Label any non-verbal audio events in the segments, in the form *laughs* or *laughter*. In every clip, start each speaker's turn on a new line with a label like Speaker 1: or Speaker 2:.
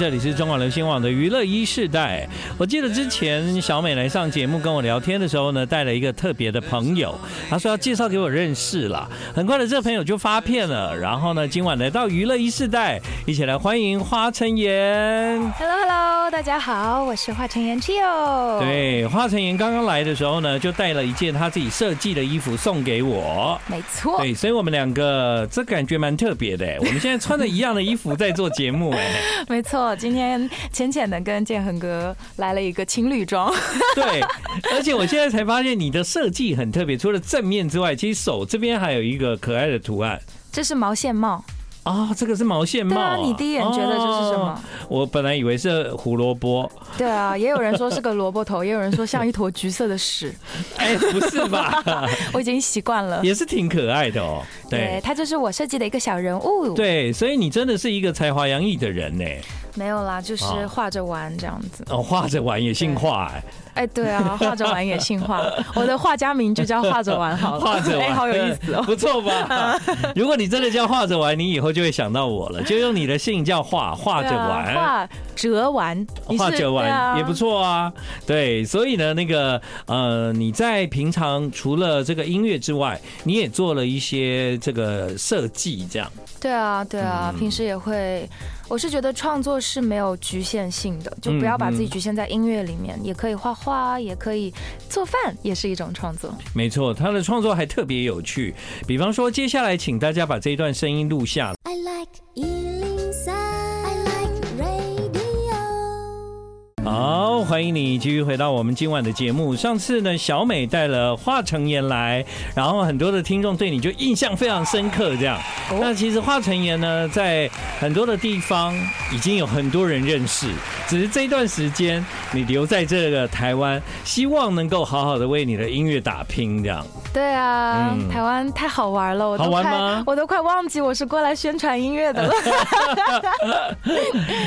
Speaker 1: 这里是中广流行网的娱乐一世代。我记得之前小美来上节目跟我聊天的时候呢，带了一个特别的朋友，她说要介绍给我认识啦。很快的，这朋友就发片了。然后呢，今晚来到娱乐一世代，一起来欢迎花晨妍。
Speaker 2: Hello Hello，大家好，我是华晨妍 Chio。，
Speaker 1: 对，花晨妍刚刚来的时候呢，就带了一件她自己设计的衣服送给我。
Speaker 2: 没错，
Speaker 1: 对，所以我们两个这感觉蛮特别的。我们现在穿着一样的衣服在做节目，哎，
Speaker 2: 没错。今天浅浅的跟建恒哥来了一个情
Speaker 1: *laughs*
Speaker 2: 侣装，
Speaker 1: 对，而且我现在才发现你的设计很特别，除了正面之外，其实手这边还有一个可爱的图案。
Speaker 2: 这是毛线帽。
Speaker 1: 啊、这个是毛线帽、
Speaker 2: 对啊，你第一眼觉得这是什么
Speaker 1: 哦？我本来以为是胡萝卜，
Speaker 2: 对啊，也有人说是个萝卜头，也有人说像一坨橘色的
Speaker 1: *laughs*
Speaker 2: 屎。
Speaker 1: 哎、不是
Speaker 2: *laughs*
Speaker 1: 吧？
Speaker 2: 我已经习惯了。
Speaker 1: 也是挺可爱的哦。对
Speaker 2: 它就是我设计的一个小人物。，
Speaker 1: 对，所以你真的是一个才华洋溢的人呢。
Speaker 2: 没有啦，就是
Speaker 1: 啊
Speaker 2: 画着玩这样子。
Speaker 1: 哦，画着玩也姓画哎、
Speaker 2: 哎，对啊，画着玩也
Speaker 1: *laughs*
Speaker 2: 姓画。我的画家名就叫画着玩好了。
Speaker 1: 画着玩、
Speaker 2: 哎，好有意思哦。
Speaker 1: *laughs* 不错吧？如果你真的叫画着玩，你以后就会想到我了，就用你的姓叫画画着
Speaker 2: 对啊
Speaker 1: 玩。
Speaker 2: 画折玩，你是
Speaker 1: 画着玩、
Speaker 2: 对啊
Speaker 1: 也不错啊。对，所以呢，那个呃，你在平常除了这个音乐之外，你也做了一些这个设计，这样
Speaker 2: 对啊，对啊，
Speaker 1: 嗯
Speaker 2: 平时也会。我是觉得创作是没有局限性的，
Speaker 1: 嗯
Speaker 2: 就不要把自己局限在音乐里面，也可以画画，也可以做饭，也是一种创作。
Speaker 1: 没错。他的创作还特别有趣，比方说，接下来请大家把这一段声音录下。
Speaker 3: I like Ealing Sound. I like radio.
Speaker 1: 好，欢迎你继续回到我们今晚的节目。上次呢，小美带了华晨妍来，然后很多的听众对你就印象非常深刻。这样，那其实华晨妍呢，在很多的地方已经有很多人认识，只是这一段时间你留在这个台湾，希望能够好好的为你的音乐打拼。这样，
Speaker 2: 对啊，
Speaker 1: 嗯
Speaker 2: 台湾太好玩了，我
Speaker 1: 好
Speaker 2: 都
Speaker 1: 玩
Speaker 2: 快
Speaker 1: 吗呃
Speaker 2: 我都快忘记我是过来宣传音乐的了。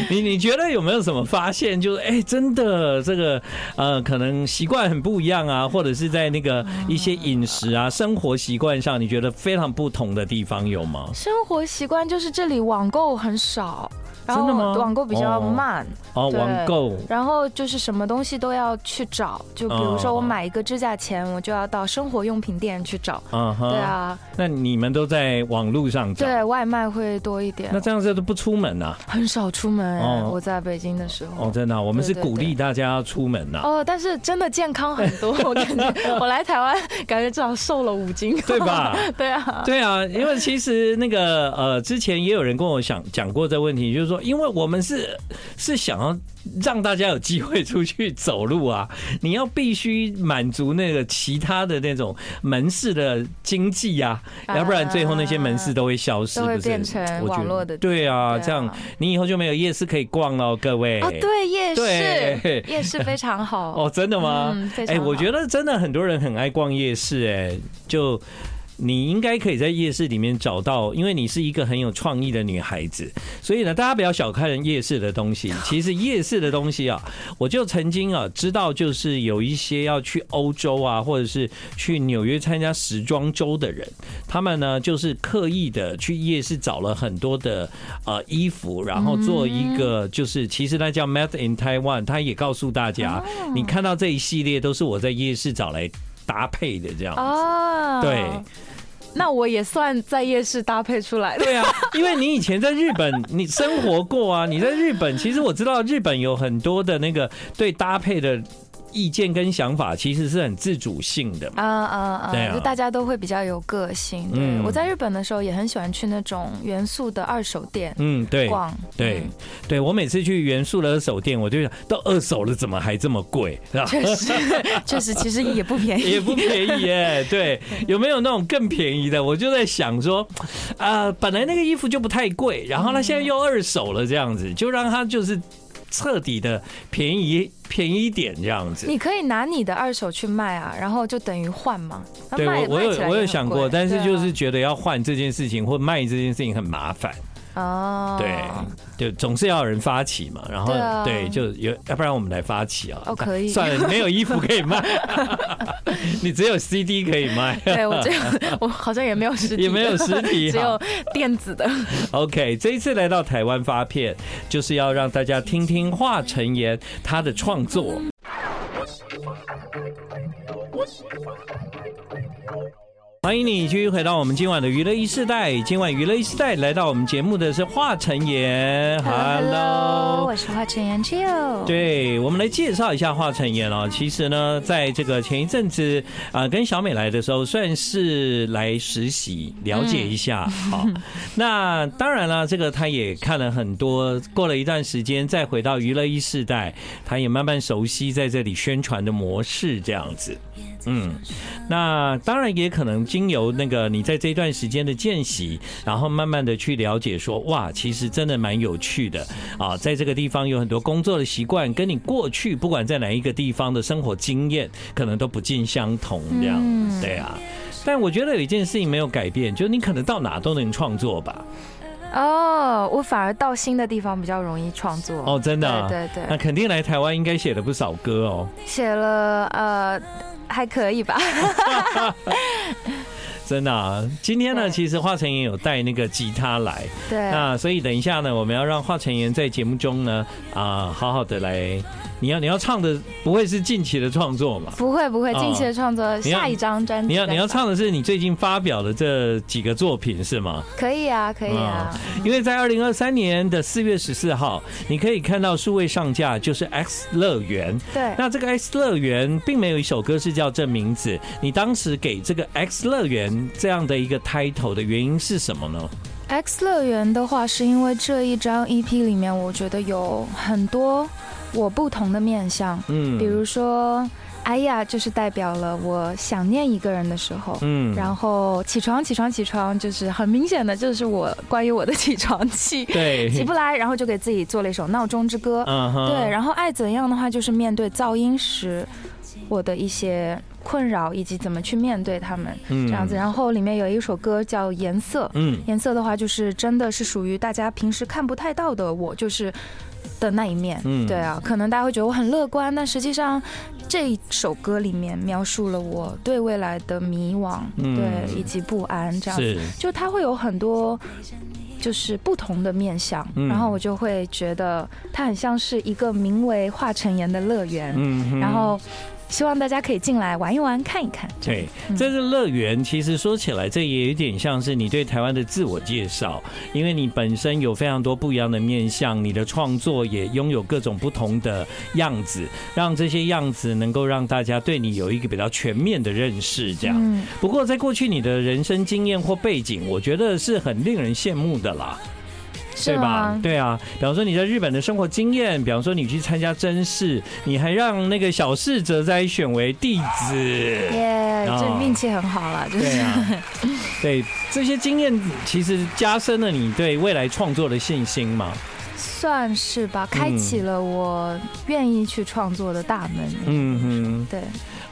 Speaker 1: 你你觉得有没有什么发现？就是哎、真的这个呃，可能习惯很不一样啊，或者是在那个一些饮食啊、生活习惯上，你觉得非常不同的地方有吗？
Speaker 2: *laughs* 生活习惯就是这里网购很少，然后
Speaker 1: 真的吗
Speaker 2: 网购比较
Speaker 1: 哦
Speaker 2: 慢，
Speaker 1: 哦，
Speaker 2: 对
Speaker 1: 网购
Speaker 2: 然后就是什么东西都要去找，就比如说我
Speaker 1: 哦
Speaker 2: 买一个指甲钳，我就要到生活用品店去找。
Speaker 1: 啊哈，
Speaker 2: 对，啊，
Speaker 1: 那你们都在网络上找，
Speaker 2: 对外卖会多一点
Speaker 1: 那，这样子都不出门啊？
Speaker 2: 很少出门、
Speaker 1: 哦
Speaker 2: 我在北京的时候。
Speaker 1: 哦，真的啊、我们是
Speaker 2: 对对对
Speaker 1: 鼓励大家要出门啊呐、
Speaker 2: 哦，但是真的健康很
Speaker 1: *laughs*
Speaker 2: 多，我感觉我来台湾感觉至少瘦了五斤，
Speaker 1: 对吧？
Speaker 2: *laughs* 对啊，
Speaker 1: 对啊，因为其实那个呃，之前也有人跟我想讲过这个问题，就是说，因为我们是是想要让大家有机会出去走路啊， *laughs* 你要必须满足那个其他的那种门市的经济呀、啊，要不然最后那些门市都会消失，
Speaker 2: 都会
Speaker 1: 不是
Speaker 2: 变成
Speaker 1: 我觉
Speaker 2: 网
Speaker 1: 得
Speaker 2: 络的
Speaker 1: 对啊，
Speaker 2: 对啊
Speaker 1: 这样你以后就没有夜市可以逛了，各位。
Speaker 2: 哦，对夜
Speaker 1: 对
Speaker 2: 市，夜市非常好。
Speaker 1: *laughs* 哦，真的吗？
Speaker 2: 嗯非
Speaker 1: 哎、
Speaker 2: 常好
Speaker 1: 我觉得真的很多人很爱逛夜市、哎，就你应该可以在夜市里面找到，因为你是一个很有创意的女孩子，所以呢，大家不要小看夜市的东
Speaker 2: *laughs*
Speaker 1: 西。其实夜市的东西啊，我就曾经啊知道，就是有一些要去欧洲啊，或者是去纽约参加时装周的人，他们呢就是刻意的去夜市找了很多的呃衣服，然后做一个就是其实那叫 Made in Taiwan，他也告诉大家，你看到这一系列都是我在夜市找来搭配的这样。
Speaker 2: 哦，
Speaker 1: 对，
Speaker 2: 那我也算在夜市搭配出
Speaker 1: *laughs*
Speaker 2: 来的。
Speaker 1: 对啊，因为你以前在日本，你生活过啊，你在日本，其实我知道日本有很多的那个对搭配的意见跟想法，其实是很自主性的嘛。
Speaker 2: 啊啊
Speaker 1: 对
Speaker 2: 啊！
Speaker 1: 啊
Speaker 2: 就大家都会比较有个性。对，
Speaker 1: 嗯
Speaker 2: 我在日本的时候也很喜欢去那种元素的二手店
Speaker 1: 嗯，对，
Speaker 2: 逛。
Speaker 1: 对
Speaker 2: 嗯，
Speaker 1: 对，我每次去元素的二手店，我就想，到二手了怎么还这么贵？ *laughs* 是吧
Speaker 2: 确实，确实，其实也不便宜，
Speaker 1: *laughs* 也不便宜耶、
Speaker 2: *laughs*
Speaker 1: 对，有没有那种更便宜的？我就在想说，啊、本来那个衣服就不太贵，然后它现在又二手了，这样子，就让它就是彻底的便宜便宜一点这样子。
Speaker 2: 你可以拿你的二手去卖啊，然后就等于换嘛。那
Speaker 1: 对
Speaker 2: 卖
Speaker 1: 我我
Speaker 2: 卖起来
Speaker 1: 有我
Speaker 2: 也
Speaker 1: 有
Speaker 2: 很
Speaker 1: 想
Speaker 2: 贵
Speaker 1: 过，但是
Speaker 2: 对啊
Speaker 1: 就是觉得要换这件事情或卖这件事情很麻烦，
Speaker 2: 哦，
Speaker 1: 对，就总是要有人发起嘛，然后
Speaker 2: 对啊
Speaker 1: 对，就有，要不然我们来发起啊。
Speaker 2: 哦可以
Speaker 1: 算了，没有衣服可以
Speaker 2: *laughs*
Speaker 1: 卖，你只有 CD 可以卖，
Speaker 2: 对我只有我好像也没有实体的，
Speaker 1: 也没有实体
Speaker 2: 只
Speaker 1: 哈。
Speaker 2: 有电子的。
Speaker 1: OK，这一次来到台湾发片，就是要让大家听听华晨妍他的创作。欢迎你继续回到我们今晚的娱乐一世代。今晚娱乐一世代来到我们节目的是华晨妍
Speaker 2: Hello，
Speaker 1: ，Hello。
Speaker 2: 我是华晨妍 Jill。
Speaker 1: 对，我们来介绍一下华晨妍哦。其实呢，在这个前一阵子啊、跟小美来的时候，算是来实习了解一下。好、那当然了，这个她也看了很多。过了一段时间，再回到娱乐一世代，她也慢慢熟悉在这里宣传的模式这样子。嗯，那当然也可能经由那个你在这段时间的见习，然后慢慢的去了解说，哇，其实真的蛮有趣的啊，在这个地方有很多工作的习惯，跟你过去不管在哪一个地方的生活经验，可能都不尽相同这样，
Speaker 2: 嗯
Speaker 1: 对啊。但我觉得有一件事情没有改变，就是你可能到哪都能创作吧。
Speaker 2: 哦，我反而到新的地方比较容易创作。
Speaker 1: 哦，真的、啊，
Speaker 2: 对对
Speaker 1: 那
Speaker 2: 对，
Speaker 1: 肯定来台湾应该写了不少歌哦，
Speaker 2: 写了呃还可
Speaker 1: *laughs*
Speaker 2: 以吧。
Speaker 1: 真的、啊。今天呢，
Speaker 2: 对
Speaker 1: 其实华晨也有带那个吉他来，
Speaker 2: 对，
Speaker 1: 那所以等一下呢，我们要让华晨妍在节目中呢啊、好好的来，你要你要唱的不会是近期的创作嘛？
Speaker 2: 不会不会，
Speaker 1: 哦
Speaker 2: 近期的创作
Speaker 1: 你要
Speaker 2: 下一张专辑
Speaker 1: 你要
Speaker 2: 再
Speaker 1: 你要
Speaker 2: 发
Speaker 1: 唱的是你最近发表的这几个作品是吗？
Speaker 2: 可以啊可以啊，
Speaker 1: 因为在二零二三年的四月十四号，你可以看到数位上架就是 X 乐园。
Speaker 2: 对
Speaker 1: 那这个 X 乐园并没有一首歌是叫这名字，你当时给这个 X 乐园这样的一个 title 的原因是什么呢？
Speaker 2: X 乐园的话，是因为这一张 EP 里面，我觉得有很多我不同的面相，
Speaker 1: 嗯，
Speaker 2: 比如说。哎呀，就是代表了我想念一个人的时候，
Speaker 1: 嗯
Speaker 2: 然后起床起床起床，就是很明显的，就是我关于我的起床气
Speaker 1: *laughs* 对，
Speaker 2: 起不来，然后就给自己做了一首闹钟之歌，
Speaker 1: 嗯哼，
Speaker 2: 对，然后爱怎样的话，就是面对噪音时我的一些困扰以及怎么去面对他们
Speaker 1: 嗯
Speaker 2: 这样子，然后里面有一首歌叫《颜色》，
Speaker 1: 嗯
Speaker 2: 颜色的话，就是真的是属于大家平时看不太到的我，就是的那一面。
Speaker 1: 嗯
Speaker 2: 对啊，可能大家会觉得我很乐观，但实际上这一首歌里面描述了我对未来的迷惘，
Speaker 1: 嗯
Speaker 2: 对，以及不安这样子。
Speaker 1: 是。
Speaker 2: 就它会有很多。就是不同的面相，
Speaker 1: 嗯
Speaker 2: 然后我就会觉得它很像是一个名为华晨妍的乐园，
Speaker 1: 嗯哼
Speaker 2: 然后希望大家可以进来玩一玩、看一看。这样
Speaker 1: 对，这是乐
Speaker 2: 嗯
Speaker 1: 园。其实说起来，这也有点像是你对台湾的自我介绍，因为你本身有非常多不一样的面向，你的创作也拥有各种不同的样子，让这些样子能够让大家对你有一个比较全面的认识。这样，
Speaker 2: 嗯，
Speaker 1: 不过在过去你的人生经验或背景，我觉得是很令人羡慕的啦。
Speaker 2: 是
Speaker 1: 对吧
Speaker 2: 吗？？
Speaker 1: 对啊，比方说你在日本的生活经验，比方说你去参加真试，你还让那个小市哲哉选为弟 *laughs* 子。
Speaker 2: 耶，
Speaker 1: 哦
Speaker 2: 这运气很好了，就是
Speaker 1: 对啊，对这些经验其实加深了你对未来创作的信心嘛。
Speaker 2: 算是吧，开启了我愿意去创作的大门。
Speaker 1: 嗯
Speaker 2: 对，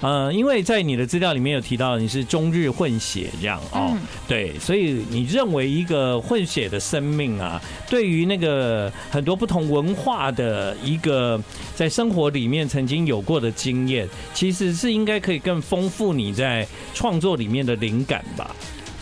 Speaker 1: 哼，呃，因为在你的资料里面有提到你是中日混血这样哦，
Speaker 2: 嗯
Speaker 1: 对，所以你认为一个混血的生命啊，对于那个很多不同文化的一个在生活里面曾经有过的经验，其实是应该可以更丰富你在创作里面的灵感吧？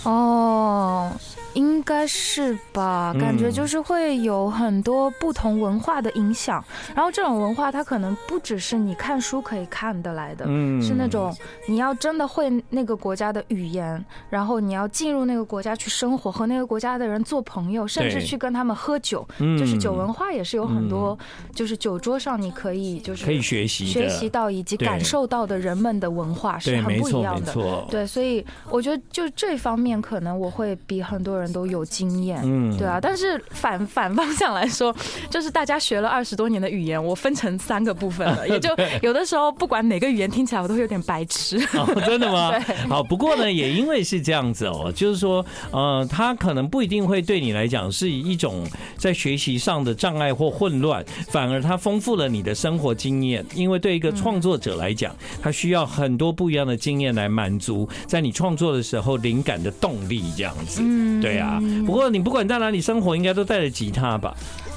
Speaker 2: 哦，应该是吧，
Speaker 1: 嗯
Speaker 2: 感觉就是会有很多不同文化的影响，然后这种文化它可能不只是你看书可以看得来的。
Speaker 1: 嗯
Speaker 2: 是那种你要真的会那个国家的语言，然后你要进入那个国家去生活，和那个国家的人做朋友，甚至
Speaker 1: 对
Speaker 2: 去跟他们喝酒，
Speaker 1: 嗯
Speaker 2: 就是酒文化也是有很多，就是酒桌上你可以就是
Speaker 1: 可以学习的，
Speaker 2: 学习到以及
Speaker 1: 对
Speaker 2: 感受到的人们的文化是
Speaker 1: 对，
Speaker 2: 很
Speaker 1: 没
Speaker 2: 不一
Speaker 1: 错，没
Speaker 2: 样的。
Speaker 1: 错，
Speaker 2: 对，所以我觉得就这方面，可能我会比很多人都有经验。
Speaker 1: 嗯
Speaker 2: 对啊，但是反反方向来说，就是大家学了二十多年的语言，我分成三个部分了， *laughs* 也就有的时候不管哪个语言听起来，我都会有点白痴。
Speaker 1: *laughs* 哦，真的吗
Speaker 2: 对？
Speaker 1: 好，不过呢，也因为是这样子哦，就是说，呃，它可能不一定会对你来讲是一种在学习上的障碍或混乱，反而它丰富了你的生活经验。因为对一个创作者来讲，他需要很多不一样的经验来满足在你创作的时候灵感的动力，这样子。对，对啊，不过你不管在哪里生活，应该都带着吉他吧？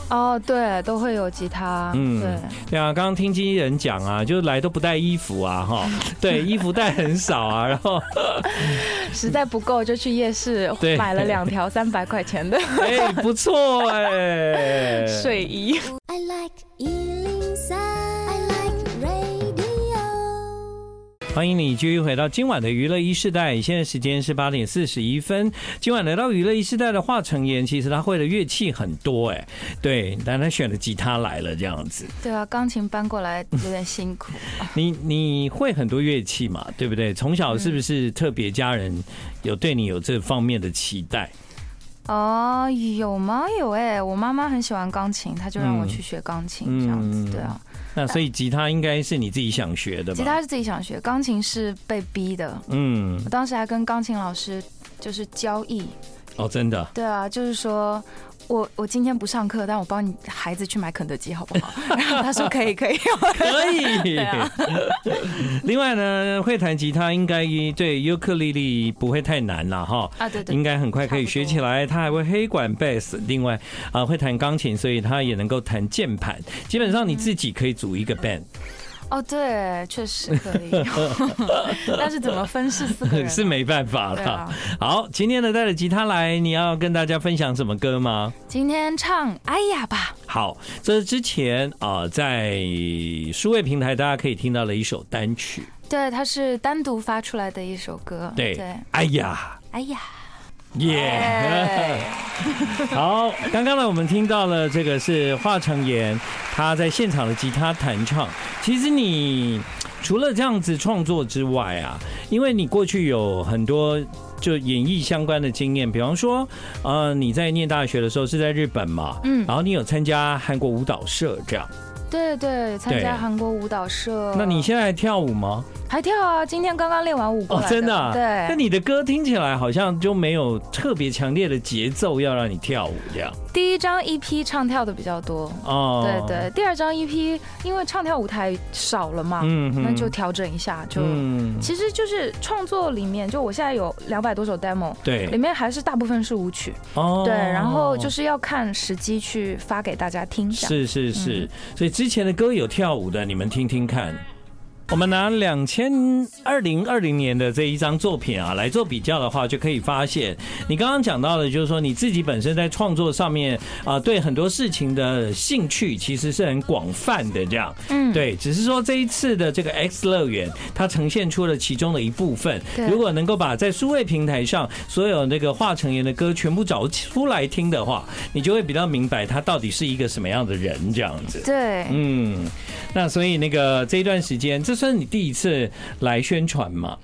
Speaker 2: 哦，对，都会有吉他，
Speaker 1: 嗯
Speaker 2: 对， *laughs*
Speaker 1: 对啊，刚刚听经纪人讲啊，就来都不带衣服啊，哈，对，衣服带很少啊，然后
Speaker 2: 实在不够就去夜市
Speaker 1: 对
Speaker 2: 买了两条三百块钱的
Speaker 1: *laughs* 哎、不错哎、
Speaker 2: *laughs* 睡衣。
Speaker 3: I like Ealing Sound. I like radio.
Speaker 1: 欢迎你继续回到今晚的娱乐一世代，现在时间是八点四十一分。今晚来到娱乐一世代的华晨妍，其实他会的乐器很多哎、对，但他选了吉他来了这样子。
Speaker 2: 对啊，钢琴搬过来有点辛苦。
Speaker 1: 你你会很多乐器嘛，对不对？从小是不是特别家人有对你有这方面的期待？
Speaker 2: 哦，有吗？有哎、我妈妈很喜欢钢琴，她就让我
Speaker 1: 嗯
Speaker 2: 去学钢琴，
Speaker 1: 嗯
Speaker 2: 这样子。对啊，
Speaker 1: 那所以吉他应该是你自己想学的吧？
Speaker 2: 吉他是自己想学，钢琴是被逼的。
Speaker 1: 嗯，
Speaker 2: 我当时还跟钢琴老师就是交易，
Speaker 1: 哦，真的，
Speaker 2: 对啊，就是说。我我今天不上课，但我帮你孩子去买肯德基好不好？ *laughs* 然后他说可以可以， *laughs*
Speaker 1: 可以。
Speaker 2: 啊
Speaker 1: 另外呢，会弹吉他应该对尤克里里不会太难了哈。
Speaker 2: 啊对对
Speaker 1: 应该很快可以学起来。他还会黑管、贝斯，另外啊、会弹钢琴，所以他也能够弹键盘。基本上你自己可以组一个 band，、
Speaker 2: 哦对，确实可
Speaker 1: *laughs*
Speaker 2: 以，但是怎么分是四个人？
Speaker 1: 是没办法
Speaker 2: 对
Speaker 1: 了。
Speaker 2: 啊，
Speaker 1: 好，今天呢带着吉他来，你要跟大家分享什么歌吗？
Speaker 2: 今天唱《哎呀》吧，
Speaker 1: 好，这是之前啊、在数位平台大家可以听到的一首单曲，
Speaker 2: 对，它是单独发出来的一首歌，
Speaker 1: 对，
Speaker 2: 对，
Speaker 1: 哎呀，
Speaker 2: 哎呀，
Speaker 1: 耶、
Speaker 2: 哎
Speaker 1: 好，刚刚呢，我们听到了这个是华成妍他在现场的吉他弹唱。其实你除了这样子创作之外啊，因为你过去有很多就演艺相关的经验，比方说，呃，你在念大学的时候是在日本嘛，
Speaker 2: 嗯
Speaker 1: 然后你有参加韩国舞蹈社这样。
Speaker 2: 对对，参
Speaker 1: 对
Speaker 2: 加韩国舞蹈社。
Speaker 1: 那你现在还跳舞吗？
Speaker 2: 还跳啊？今天刚刚练完舞过
Speaker 1: 哦
Speaker 2: 来，
Speaker 1: 真的、啊。那
Speaker 2: 对，
Speaker 1: 你的歌听起来好像就没有特别强烈的节奏要让你跳舞这样。
Speaker 2: 第一张 EP 唱跳的比较多，
Speaker 1: 哦，
Speaker 2: 对对。第二张 EP 因为唱跳舞台少了嘛，
Speaker 1: 嗯哼
Speaker 2: 那就调整一下，就
Speaker 1: 嗯，
Speaker 2: 其实就是创作里面，就我现在有两百多首 demo。
Speaker 1: 对
Speaker 2: 里。面还是大部分是舞曲，
Speaker 1: 哦
Speaker 2: 对，然后就是要看时机去发给大家听。这
Speaker 1: 是
Speaker 2: 样
Speaker 1: 是
Speaker 2: 嗯
Speaker 1: 是，所以之前的歌有跳舞的，你们听听看。我们拿两千二零二零年的这一张作品啊来做比较的话，就可以发现，你刚刚讲到的，就是说你自己本身在创作上面啊、对很多事情的兴趣其实是很广泛的这样。
Speaker 2: 嗯，
Speaker 1: 对，只是说这一次的这个 X 乐园，它呈现出了其中的一部分。
Speaker 2: 对
Speaker 1: 如果能够把在数位平台上所有那个华晨妍的歌全部找出来听的话，你就会比较明白他到底是一个什么样的人这样子。
Speaker 2: 对，
Speaker 1: 嗯，那所以那个这一段时间，这算你第一次来宣传吗？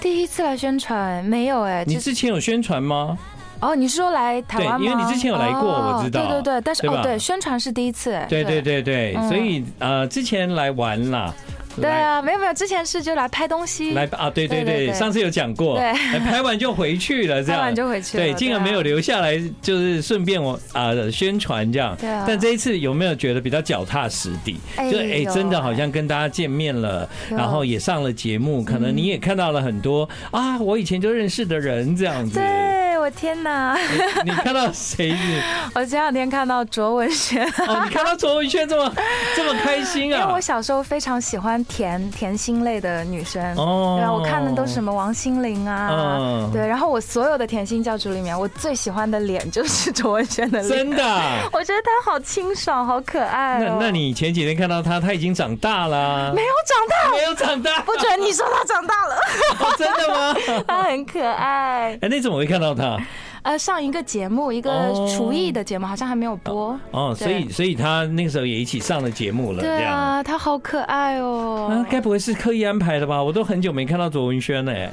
Speaker 2: 第一次来宣传没有哎、
Speaker 1: 你
Speaker 2: 就
Speaker 1: 之前有宣传吗？
Speaker 2: 哦，你是说来台湾吗？
Speaker 1: 对因为你之前有来过
Speaker 2: 哦
Speaker 1: 我知道
Speaker 2: 对对对，但是
Speaker 1: 对吧
Speaker 2: 哦，对，宣传是第一次，哎
Speaker 1: 对对对对，
Speaker 2: 嗯
Speaker 1: 所以呃，之前来玩啦，
Speaker 2: 对
Speaker 1: 来
Speaker 2: 啊，没有没有，之前是就来拍东西，
Speaker 1: 来啊，对对
Speaker 2: 对对
Speaker 1: 对，
Speaker 2: 对
Speaker 1: 上次有讲过，
Speaker 2: 对
Speaker 1: 哎拍完就回去了，这
Speaker 2: 拍
Speaker 1: 样
Speaker 2: 完就回去了，
Speaker 1: 对，竟然
Speaker 2: 啊
Speaker 1: 没有。留下来，就是顺便我啊、宣传这样。
Speaker 2: 对啊
Speaker 1: 但这一次有没有觉得比较脚踏实地？
Speaker 2: 哎
Speaker 1: 就哎、
Speaker 2: 有
Speaker 1: 真的好像跟大家见面了，
Speaker 2: 有
Speaker 1: 然后也上了节目，可能你也看到了很多啊，我以前就认识的人这样子。
Speaker 2: 对，我天哪！ *laughs*
Speaker 1: 你看到谁？你
Speaker 2: 我前两天看到卓文萱，
Speaker 1: 哦，你看到卓文萱这么这么开
Speaker 2: 因
Speaker 1: 心
Speaker 2: 为
Speaker 1: 啊
Speaker 2: 我！小时候非常喜欢甜甜心类的女生，
Speaker 1: 哦
Speaker 2: 对啊，我看的都是什么王心凌啊
Speaker 1: 嗯，
Speaker 2: 对，然后我所有的甜心教主里面，我最喜欢的脸就是卓文萱的脸，
Speaker 1: 真的啊、
Speaker 2: 我觉得她好清爽，好可爱
Speaker 1: 那
Speaker 2: 哦。
Speaker 1: 那你前几天看到他，他已经长大了啊，
Speaker 2: 没有长大？
Speaker 1: 没有长大，
Speaker 2: 不准你说她长大了，
Speaker 1: 哦真的
Speaker 2: *laughs*
Speaker 1: 吗？ *laughs*
Speaker 2: 她很可爱。
Speaker 1: 哎，你怎么会看到他？
Speaker 2: 呃，上一个节目，一个
Speaker 1: 哦
Speaker 2: 厨艺的节目，好像还没有播。
Speaker 1: 哦，所以
Speaker 2: 对
Speaker 1: 所以他那个时候也一起上了节目了，这
Speaker 2: 对
Speaker 1: 样。
Speaker 2: 啊，她好可爱
Speaker 1: 啊
Speaker 2: 哦，。
Speaker 1: 该不会是刻意安排的吧？我都很久没看到卓文萱了、欸。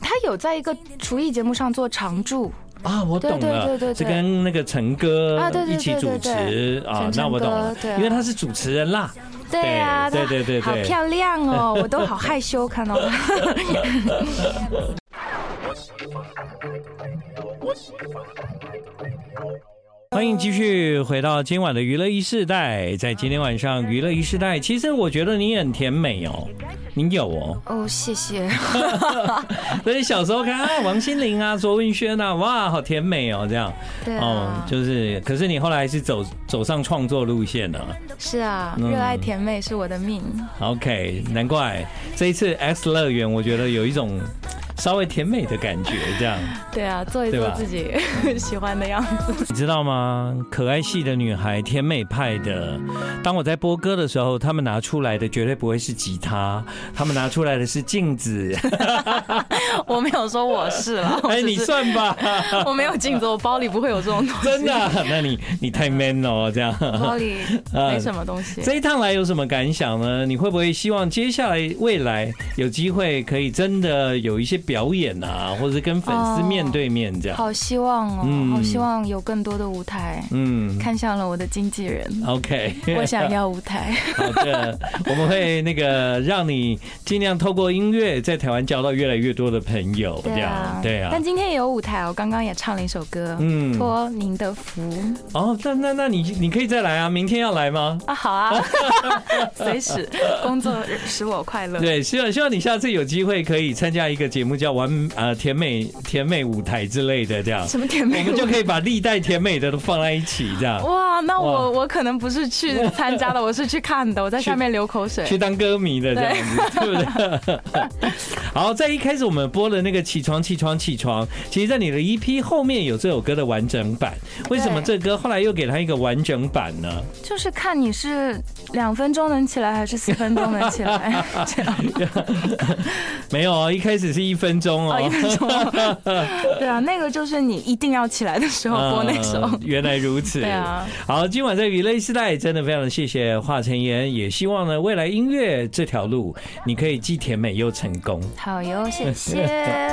Speaker 2: 她有在一个厨艺节目上做常驻，
Speaker 1: 啊，我懂了，
Speaker 2: 对对对对对
Speaker 1: 是跟那个陈哥
Speaker 2: 啊对对对
Speaker 1: 一起主持
Speaker 2: 对对
Speaker 1: 啊
Speaker 2: 陈，
Speaker 1: 那我懂了
Speaker 2: 陈哥对，啊
Speaker 1: 因为他是主持人啦。
Speaker 2: 对啊，
Speaker 1: 对
Speaker 2: 她
Speaker 1: 对对对哦
Speaker 2: 好漂亮
Speaker 1: *laughs*
Speaker 2: 哦，我都好害羞看到她。
Speaker 1: 欢迎继续回到今晚的娱乐一世代，在今天晚上娱乐一世代，其实我觉得你很甜美哦，你有哦，
Speaker 2: *laughs* 哦，谢谢。
Speaker 1: 所以小时候看啊，王心凌啊，卓文萱啊，哇，好甜美哦，这样
Speaker 2: 对
Speaker 1: 哦
Speaker 2: 啊，，
Speaker 1: 就是，可是你后来是走走上创作路线了
Speaker 2: 是啊，
Speaker 1: 嗯
Speaker 2: 热爱甜美是我的命。
Speaker 1: ，OK，难怪这一次 X 乐园，我觉得有一种稍微甜美的感觉，这样。
Speaker 2: 对啊，做一
Speaker 1: 对
Speaker 2: 做
Speaker 1: 吧
Speaker 2: 自己 *laughs* 喜欢的样子。
Speaker 1: 你知道吗？可爱系的女孩，甜美派的。当我在播歌的时候，他们拿出来的绝对不会是吉他，他们拿出来的是镜子。
Speaker 2: 我没有说我是啦， *laughs* 我
Speaker 1: 哎，
Speaker 2: 只
Speaker 1: 你
Speaker 2: 是
Speaker 1: 算吧，
Speaker 2: 我没有镜子，我包里不会有这种东
Speaker 1: *laughs*
Speaker 2: 西。
Speaker 1: 真的啊、那你你太 man 了哦，这样。啊
Speaker 2: 包里没什么东西。
Speaker 1: 这一趟来有什么感想呢？你会不会希望接下来未来有机会可以真的有一些表演啊，或者是跟粉丝
Speaker 2: 哦
Speaker 1: 面对面这样？
Speaker 2: 好希望哦，
Speaker 1: 嗯
Speaker 2: 好希望有更多的舞台。
Speaker 1: 嗯
Speaker 2: 看向了我的经纪人，
Speaker 1: *laughs* ，OK。
Speaker 2: 我想要舞台。
Speaker 1: *laughs* 好的，我们会那个让你尽量透过音乐在台湾交到越来越多的朋友，这样对啊
Speaker 2: 但。今天也有舞台，我刚刚也唱了一首歌，
Speaker 1: 嗯
Speaker 2: 托您的福
Speaker 1: 哦，那那那你你可以再来啊，明天要来吗？
Speaker 2: 啊，好
Speaker 1: *laughs*
Speaker 2: 啊，随时工作使我快乐。
Speaker 1: 对，希望希望你下次有机会可以参加一个节目叫完呃甜美甜美舞台之类的，
Speaker 2: *laughs*
Speaker 1: 这样
Speaker 2: 什么甜
Speaker 1: 我
Speaker 2: 美舞
Speaker 1: 们就可以把历代甜美的都放在一起，这样
Speaker 2: 哇，那我我可能不是去参加的，我是去看的，我在下面流口水
Speaker 1: 去。当歌迷的这样子，对不对？ *laughs* 好，在一开始我们播的那个《起床起床起床》，其实，在你的 EP 后面有这首歌的完整版。为什么这歌后来又给他一个完整版呢？ *laughs*
Speaker 2: 就是看你是两分钟能起来还是四分钟能
Speaker 1: *laughs*
Speaker 2: 起来，这样
Speaker 1: 没有哦，一开始是一分钟
Speaker 2: 哦，一
Speaker 1: 哦。
Speaker 2: 分钟。 *laughs* 对啊，那个就是你一定要起来的时候播那首。
Speaker 1: 嗯原来如此。
Speaker 2: 对啊，
Speaker 1: 好，今晚在娱乐时代，真的非常谢谢华晨妍，也希望呢未来音乐这条路，你可以既甜美又成功。
Speaker 2: *laughs* 好哟，谢谢。